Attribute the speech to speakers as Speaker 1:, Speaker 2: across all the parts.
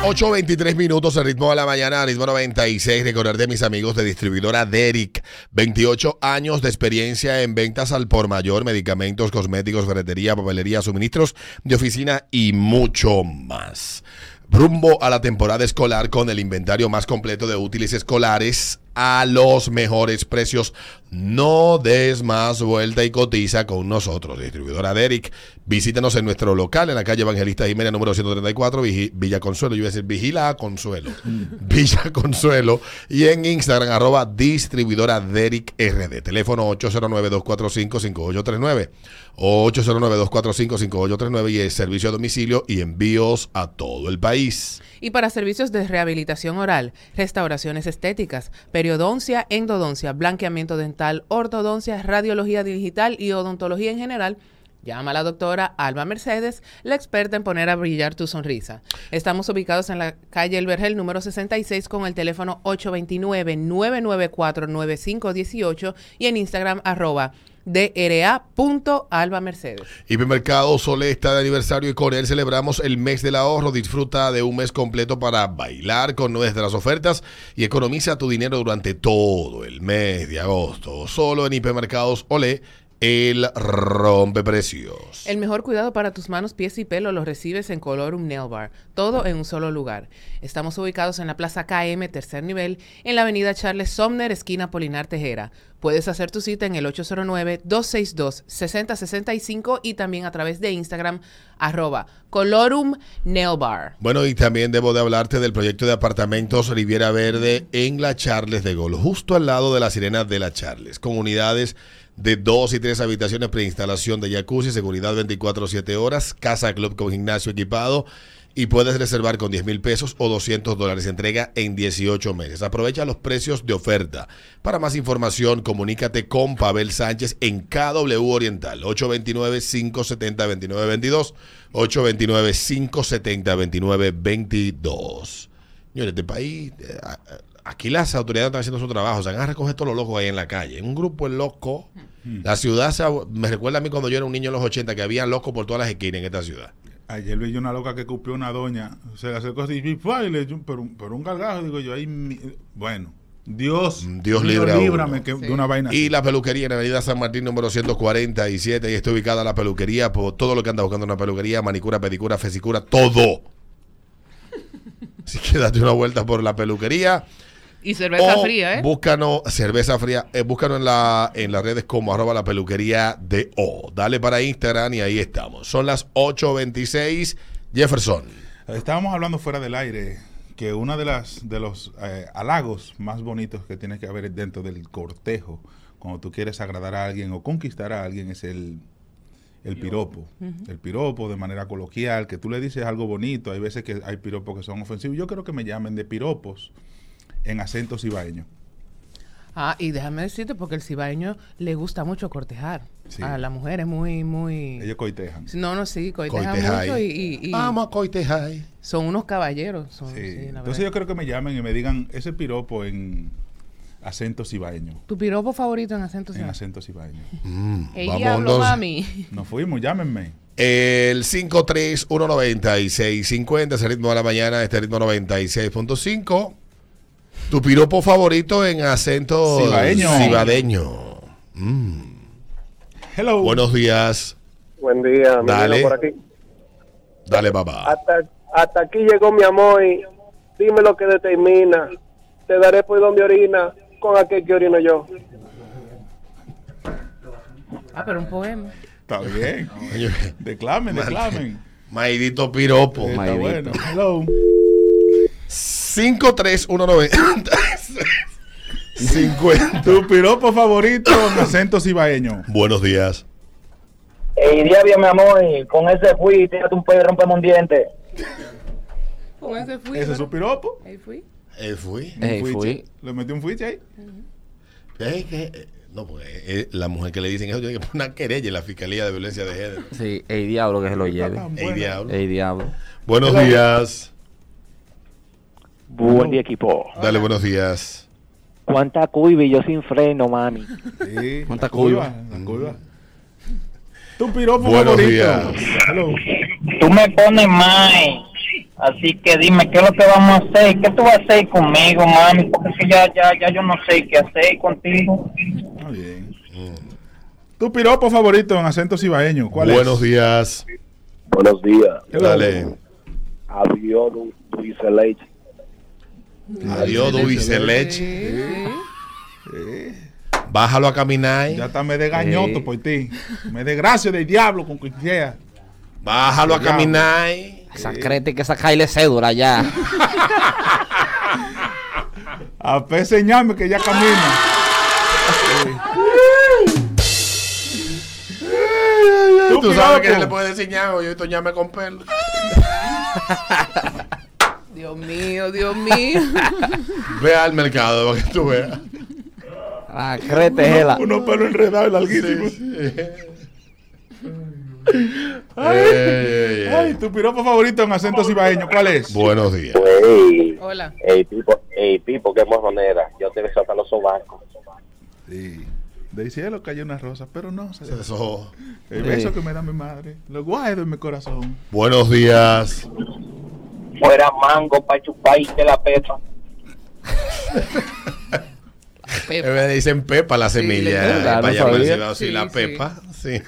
Speaker 1: 8.23 minutos, el ritmo de la mañana, ritmo 96. Recordarte a mis amigos de distribuidora Deric. 28 años de experiencia en ventas al por mayor, medicamentos, cosméticos, ferretería, papelería, suministros de oficina y mucho más. Rumbo a la temporada escolar con el inventario más completo de útiles escolares a los mejores precios. No des más vuelta y cotiza con nosotros, distribuidora Derek. Visítanos en nuestro local en la calle Evangelista Jiménez, número 134, Vigi- Villa Consuelo. Yo iba a decir Vigila a Consuelo. Villa Consuelo. Y en Instagram, arroba distribuidora Derek RD. Teléfono 809-245-5839. 809-245-5839 y el servicio a domicilio y envíos a todo el país.
Speaker 2: Y para servicios de rehabilitación oral, restauraciones estéticas, periodoncia, endodoncia, blanqueamiento dental, ortodoncia, radiología digital y odontología en general, llama a la doctora Alba Mercedes, la experta en poner a brillar tu sonrisa. Estamos ubicados en la calle El Vergel número 66 con el teléfono 829-994-9518 y en Instagram arroba DRA.alba Mercedes.
Speaker 1: Hipermercado Sole está de aniversario y con él celebramos el mes del ahorro. Disfruta de un mes completo para bailar con nuestras ofertas y economiza tu dinero durante todo el mes de agosto. Solo en Hipermercados Ole, el rompe precios.
Speaker 2: El mejor cuidado para tus manos, pies y pelo lo recibes en Colorum Nail Bar, todo en un solo lugar. Estamos ubicados en la Plaza KM, tercer nivel, en la avenida Charles Somner, esquina Polinar Tejera. Puedes hacer tu cita en el 809-262-6065 y también a través de Instagram, arroba Colorum Nail Bar.
Speaker 1: Bueno, y también debo de hablarte del proyecto de apartamentos Riviera Verde en la Charles de Gol, justo al lado de la sirena de la Charles, con unidades de dos y tres habitaciones, preinstalación de jacuzzi, seguridad 24-7 horas, casa club con gimnasio equipado y puedes reservar con 10 mil pesos o 200 dólares. Entrega en 18 meses. Aprovecha los precios de oferta. Para más información, comunícate con Pavel Sánchez en KW Oriental, 829-570-2922, 829-570-2922. Señores, este país, eh, a- a- aquí las autoridades están haciendo su trabajo. Se van a recoger todos los locos ahí en la calle. Un grupo es loco. La ciudad se ha- me recuerda a mí cuando yo era un niño en los 80 que había locos por todas las esquinas en esta ciudad.
Speaker 3: Ayer vi yo una loca que cupió una doña, se le acercó así, y ¡fua! y le echó un- pero, un- pero un gargajo, digo yo, ahí, mi- bueno, Dios,
Speaker 1: Mm, Dios libre a uno.
Speaker 3: líbrame que- de una vaina
Speaker 1: Y
Speaker 3: así.
Speaker 1: la peluquería en la Avenida San Martín número 147 y está ubicada la peluquería por todo lo que anda buscando en una peluquería, manicura, pedicura, fesicura, todo. Así que date una vuelta por la peluquería.
Speaker 2: Y cerveza
Speaker 1: o
Speaker 2: fría, ¿eh?
Speaker 1: Búscanos cerveza fría, eh, búscanos en, la, en las redes como arroba la peluquería de O. Dale para Instagram y ahí estamos. Son las 8.26 Jefferson.
Speaker 3: Estábamos hablando fuera del aire que uno de, las, de los eh, halagos más bonitos que tiene que haber dentro del cortejo, cuando tú quieres agradar a alguien o conquistar a alguien, es el, el piropo. El piropo de manera coloquial, que tú le dices algo bonito. Hay veces que hay piropos que son ofensivos. Yo creo que me llamen de piropos en acentos ibaeños.
Speaker 2: Ah, y déjame decirte, porque el cibaeño le gusta mucho cortejar.
Speaker 3: Sí.
Speaker 2: A la mujer es muy, muy...
Speaker 3: Ellos coitejan.
Speaker 2: No, no, sí, coitejan
Speaker 1: Coitejai.
Speaker 2: mucho y... y- y-
Speaker 1: Vamos a coitejai.
Speaker 2: Son unos caballeros. Son,
Speaker 3: Sí.
Speaker 2: sí, la
Speaker 3: Entonces
Speaker 2: verdad.
Speaker 3: yo creo que me llamen y me digan ese piropo en acento cibaeño.
Speaker 2: ¿Tu piropo favorito en acento
Speaker 3: En
Speaker 2: ciudadano?
Speaker 3: acento cibaeño.
Speaker 1: Mm,
Speaker 2: El
Speaker 1: vámonos.
Speaker 2: diablo, mami.
Speaker 3: Nos fuimos, llámenme.
Speaker 1: El 5319650, ese ritmo de la mañana, este ritmo 96.5. Tu piropo favorito en acento
Speaker 3: Cibaeño.
Speaker 1: cibadeño.
Speaker 3: Hello.
Speaker 1: Buenos días.
Speaker 4: Buen día, mi
Speaker 1: Dale.
Speaker 4: amigo por aquí.
Speaker 1: Dale, papá.
Speaker 4: Hasta, hasta aquí llegó mi amor y dime lo que determina. Te daré por donde orina, con aquel que orino yo.
Speaker 2: Ah, pero un poema.
Speaker 3: Está bien. Ah. Declamen, declamen.
Speaker 1: Maidito piropo.
Speaker 3: Está bueno. Hello.
Speaker 1: 5319650.
Speaker 3: Tu piropo favorito en acento cibaeño.
Speaker 1: Buenos días.
Speaker 5: Ey, Eh, diablo, mi amor, con ese fui, tírate un pedo y rompeme un diente.
Speaker 2: Con ese fui.
Speaker 3: Ese es su piropo.
Speaker 2: Ahí fui.
Speaker 1: Eh, fui.
Speaker 3: Un
Speaker 6: Ey,
Speaker 3: fuiche.
Speaker 6: fui.
Speaker 3: Le metí un fuiche ahí.
Speaker 1: Eh, que, eh, no, porque eh, la mujer que le dicen eso tiene que poner una querella en la Fiscalía de Violencia de Género.
Speaker 6: Sí, ey diablo que se lo
Speaker 3: Está
Speaker 6: lleve.
Speaker 3: tan
Speaker 1: Ey,
Speaker 3: bueno.
Speaker 1: diablo.
Speaker 6: Ey diablo.
Speaker 1: Buenos días.
Speaker 5: Buen día, equipo.
Speaker 1: Dale, buenos días.
Speaker 5: ¿Cuánta cuivi yo sin freno, mami?
Speaker 3: Sí,
Speaker 6: Monta
Speaker 3: la curva,
Speaker 6: curva.
Speaker 3: la curva. Tu piropo
Speaker 1: Mm. Buenos
Speaker 3: favorito.
Speaker 1: días.
Speaker 3: Hello.
Speaker 5: Tú me pones mal. Así que dime, ¿qué es lo que vamos a hacer? ¿Qué tú vas a hacer conmigo, mami? Porque si ya, ya, ya yo no sé qué hacer contigo.
Speaker 3: Está bien. Tu piropo favorito en acento cibaeño, ¿cuál
Speaker 1: Buenos
Speaker 3: es?
Speaker 1: días.
Speaker 6: Buenos días.
Speaker 3: Hello.
Speaker 1: Dale.
Speaker 6: Adiós, du- dulce leche.
Speaker 1: Adiós, dulce leche. Bájalo a caminar.
Speaker 3: Ya está, me de gañoto
Speaker 1: Sí.
Speaker 3: por ti. Me desgracio del diablo con quien sea.
Speaker 1: Bájalo a
Speaker 3: Ya.
Speaker 1: caminar.
Speaker 7: Esa creta hay que sacarle cédula ya.
Speaker 3: A pe señame que ya camina.
Speaker 1: Tú,
Speaker 3: Tu
Speaker 1: sabes que
Speaker 3: piropo.
Speaker 1: se le puede decir ñago. Yo esto ñame con pelo.
Speaker 2: Dios mío, Dios mío.
Speaker 1: Ve al mercado para que tú veas.
Speaker 7: La creta es la.
Speaker 3: Unos pelos enredados larguísimos.
Speaker 1: Ey, ey, ey.
Speaker 3: Ay, tu piropo favorito en acento cibaeño, ¿cuál es?
Speaker 1: Eh, Buenos días.
Speaker 6: Ey,
Speaker 2: Hola.
Speaker 6: ey, Pipo, ey, Pipo, qué mojonera. Yo te beso hasta los sobacos.
Speaker 3: Sí. Del cielo cayó una rosa, pero no. se-
Speaker 1: Eso.
Speaker 3: El
Speaker 7: Sí.
Speaker 3: beso que me da mi madre, lo guardo en mi corazón.
Speaker 1: Buenos días.
Speaker 5: Fuera mango pa' chupar y te la pepa.
Speaker 1: Eh, Me dicen Pepa la semilla.
Speaker 7: verdad,
Speaker 1: eh,
Speaker 7: no
Speaker 1: vaya,
Speaker 7: sabía.
Speaker 1: parece- sí,
Speaker 2: Sí,
Speaker 1: la
Speaker 2: sí.
Speaker 1: Pepa. Sí.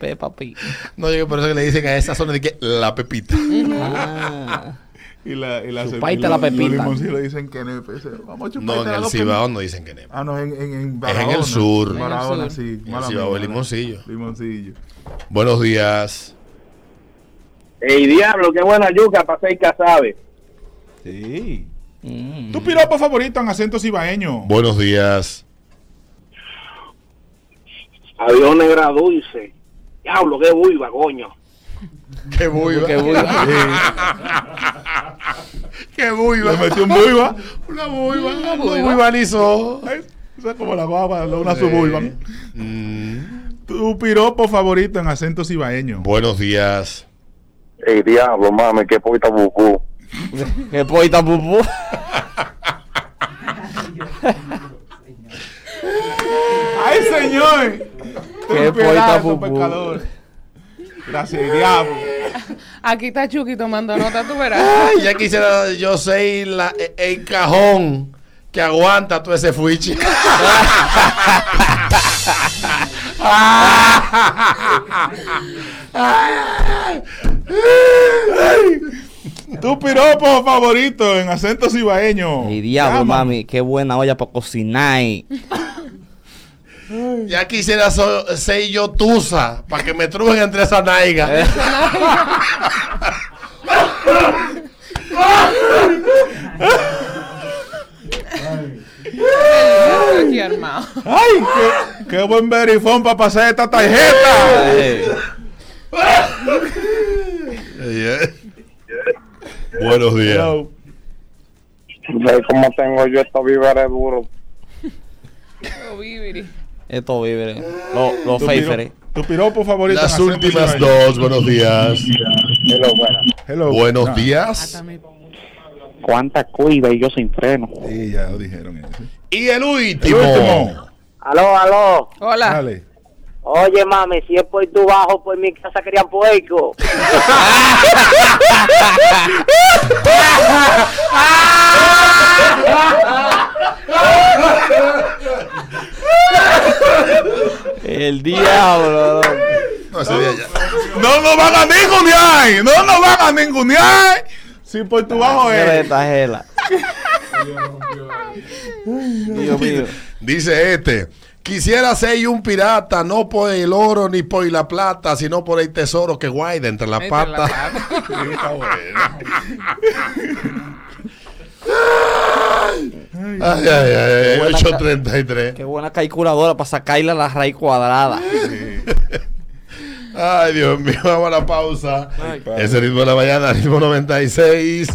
Speaker 7: Pepa Pi.
Speaker 1: No, yo creo que por eso que le dicen a esa zona de que la Pepita.
Speaker 7: Ah.
Speaker 3: Y la, y la
Speaker 7: Chupaite
Speaker 3: y
Speaker 7: la
Speaker 3: los- los
Speaker 7: pepita.
Speaker 3: limoncillos dicen que no, pues, vamos a
Speaker 1: No,
Speaker 3: chupaite
Speaker 1: en
Speaker 3: la
Speaker 1: el
Speaker 3: loca.
Speaker 1: Cibao no dicen que nepa.
Speaker 3: Ah, no, en, en, en
Speaker 1: Es en el
Speaker 3: Barahona.
Speaker 1: sur.
Speaker 3: Barahona,
Speaker 2: En el sur.
Speaker 3: sí.
Speaker 1: el
Speaker 3: mala
Speaker 1: Cibao,
Speaker 3: mía,
Speaker 1: el Limoncillo.
Speaker 3: Limoncillo.
Speaker 1: Buenos días.
Speaker 5: Ey, diablo, qué buena yuca para seis casabe.
Speaker 3: Sí.
Speaker 7: Mm.
Speaker 3: Tu piropo favorito en acento cibaeño.
Speaker 1: Buenos días.
Speaker 6: Adiós, negra dulce. Diablo, qué buiva, coño.
Speaker 1: Qué buiva.
Speaker 7: Qué bulla.
Speaker 1: Qué buiva.
Speaker 3: Le metió un buiva.
Speaker 1: Una
Speaker 7: Mm,
Speaker 1: buiva. Una
Speaker 2: buiva.
Speaker 1: buivanizó.
Speaker 3: Ay, Eso es como la guapa, una suburban.
Speaker 1: Mm.
Speaker 3: Tu piropo favorito en acento cibaeño.
Speaker 1: Buenos días.
Speaker 6: Ey, diablo, mami, qué poeta bucú.
Speaker 7: Que poita pupú.
Speaker 3: ¡Ay, señor!
Speaker 7: Qué
Speaker 3: Qué
Speaker 7: poeta
Speaker 3: pedazo,
Speaker 7: pupú.
Speaker 3: pecador. Gracias, diablo.
Speaker 2: Aquí está Chucky tomando nota, tú verás.
Speaker 1: Ay, ya quisiera yo ser la- e, el cajón que aguanta todo ese fuichi.
Speaker 3: Tu piropo favorito en acento cibaeño.
Speaker 7: Y diablo,
Speaker 3: Llama.
Speaker 7: mami, qué buena olla para cocinar.
Speaker 1: Ya quisiera so- ser yo tusa para que me trujen entre esa naiga.
Speaker 2: Aquí armado.
Speaker 3: ¡Ay! Qué, qué buen verifón para pasar esta tarjeta!
Speaker 7: Ay.
Speaker 1: ¿eh? Buenos días.
Speaker 3: Hello.
Speaker 6: Ve cómo tengo yo estos víveres duros.
Speaker 2: Oh, bibiri.
Speaker 7: Estos víveres. Los lo ¿eh?
Speaker 3: Tu, piro-
Speaker 7: feiferes.
Speaker 3: tu piropo favorito.
Speaker 1: Las
Speaker 3: en acento
Speaker 1: últimas
Speaker 3: cibaeño.
Speaker 1: dos, buenos días.
Speaker 6: Pero bueno,
Speaker 3: Hello.
Speaker 1: Buenos
Speaker 3: Ah,
Speaker 1: días.
Speaker 2: Hasta mi-
Speaker 5: Cuánta cuida y yo sin freno.
Speaker 3: Sí, ya lo dijeron eso.
Speaker 1: Y el
Speaker 3: El
Speaker 1: último.
Speaker 3: último.
Speaker 5: Aló, aló.
Speaker 2: Hola.
Speaker 3: Dale.
Speaker 5: Oye, mami, si es por tu bajo, por mi casa querían puerco.
Speaker 7: El diablo. loco.
Speaker 1: No, ese día ya.
Speaker 3: No nos van a ningunear. No nos van a ningunear. Si por tu bajo
Speaker 7: Mira
Speaker 3: es.
Speaker 7: esta gela. Dios mío.
Speaker 1: Dice este. Quisiera ser un pirata, no por el oro ni por la plata, sino por el tesoro que guarda entre las
Speaker 2: Entre la
Speaker 1: patas.
Speaker 2: pata.
Speaker 1: Ay, ay, ay,
Speaker 7: buena
Speaker 1: 833.
Speaker 7: Qué buena calculadora para sacarle la raíz cuadrada.
Speaker 1: Ay, Dios mío, vamos a la pausa.
Speaker 7: Ay.
Speaker 1: Ese ritmo de la mañana, ritmo 96.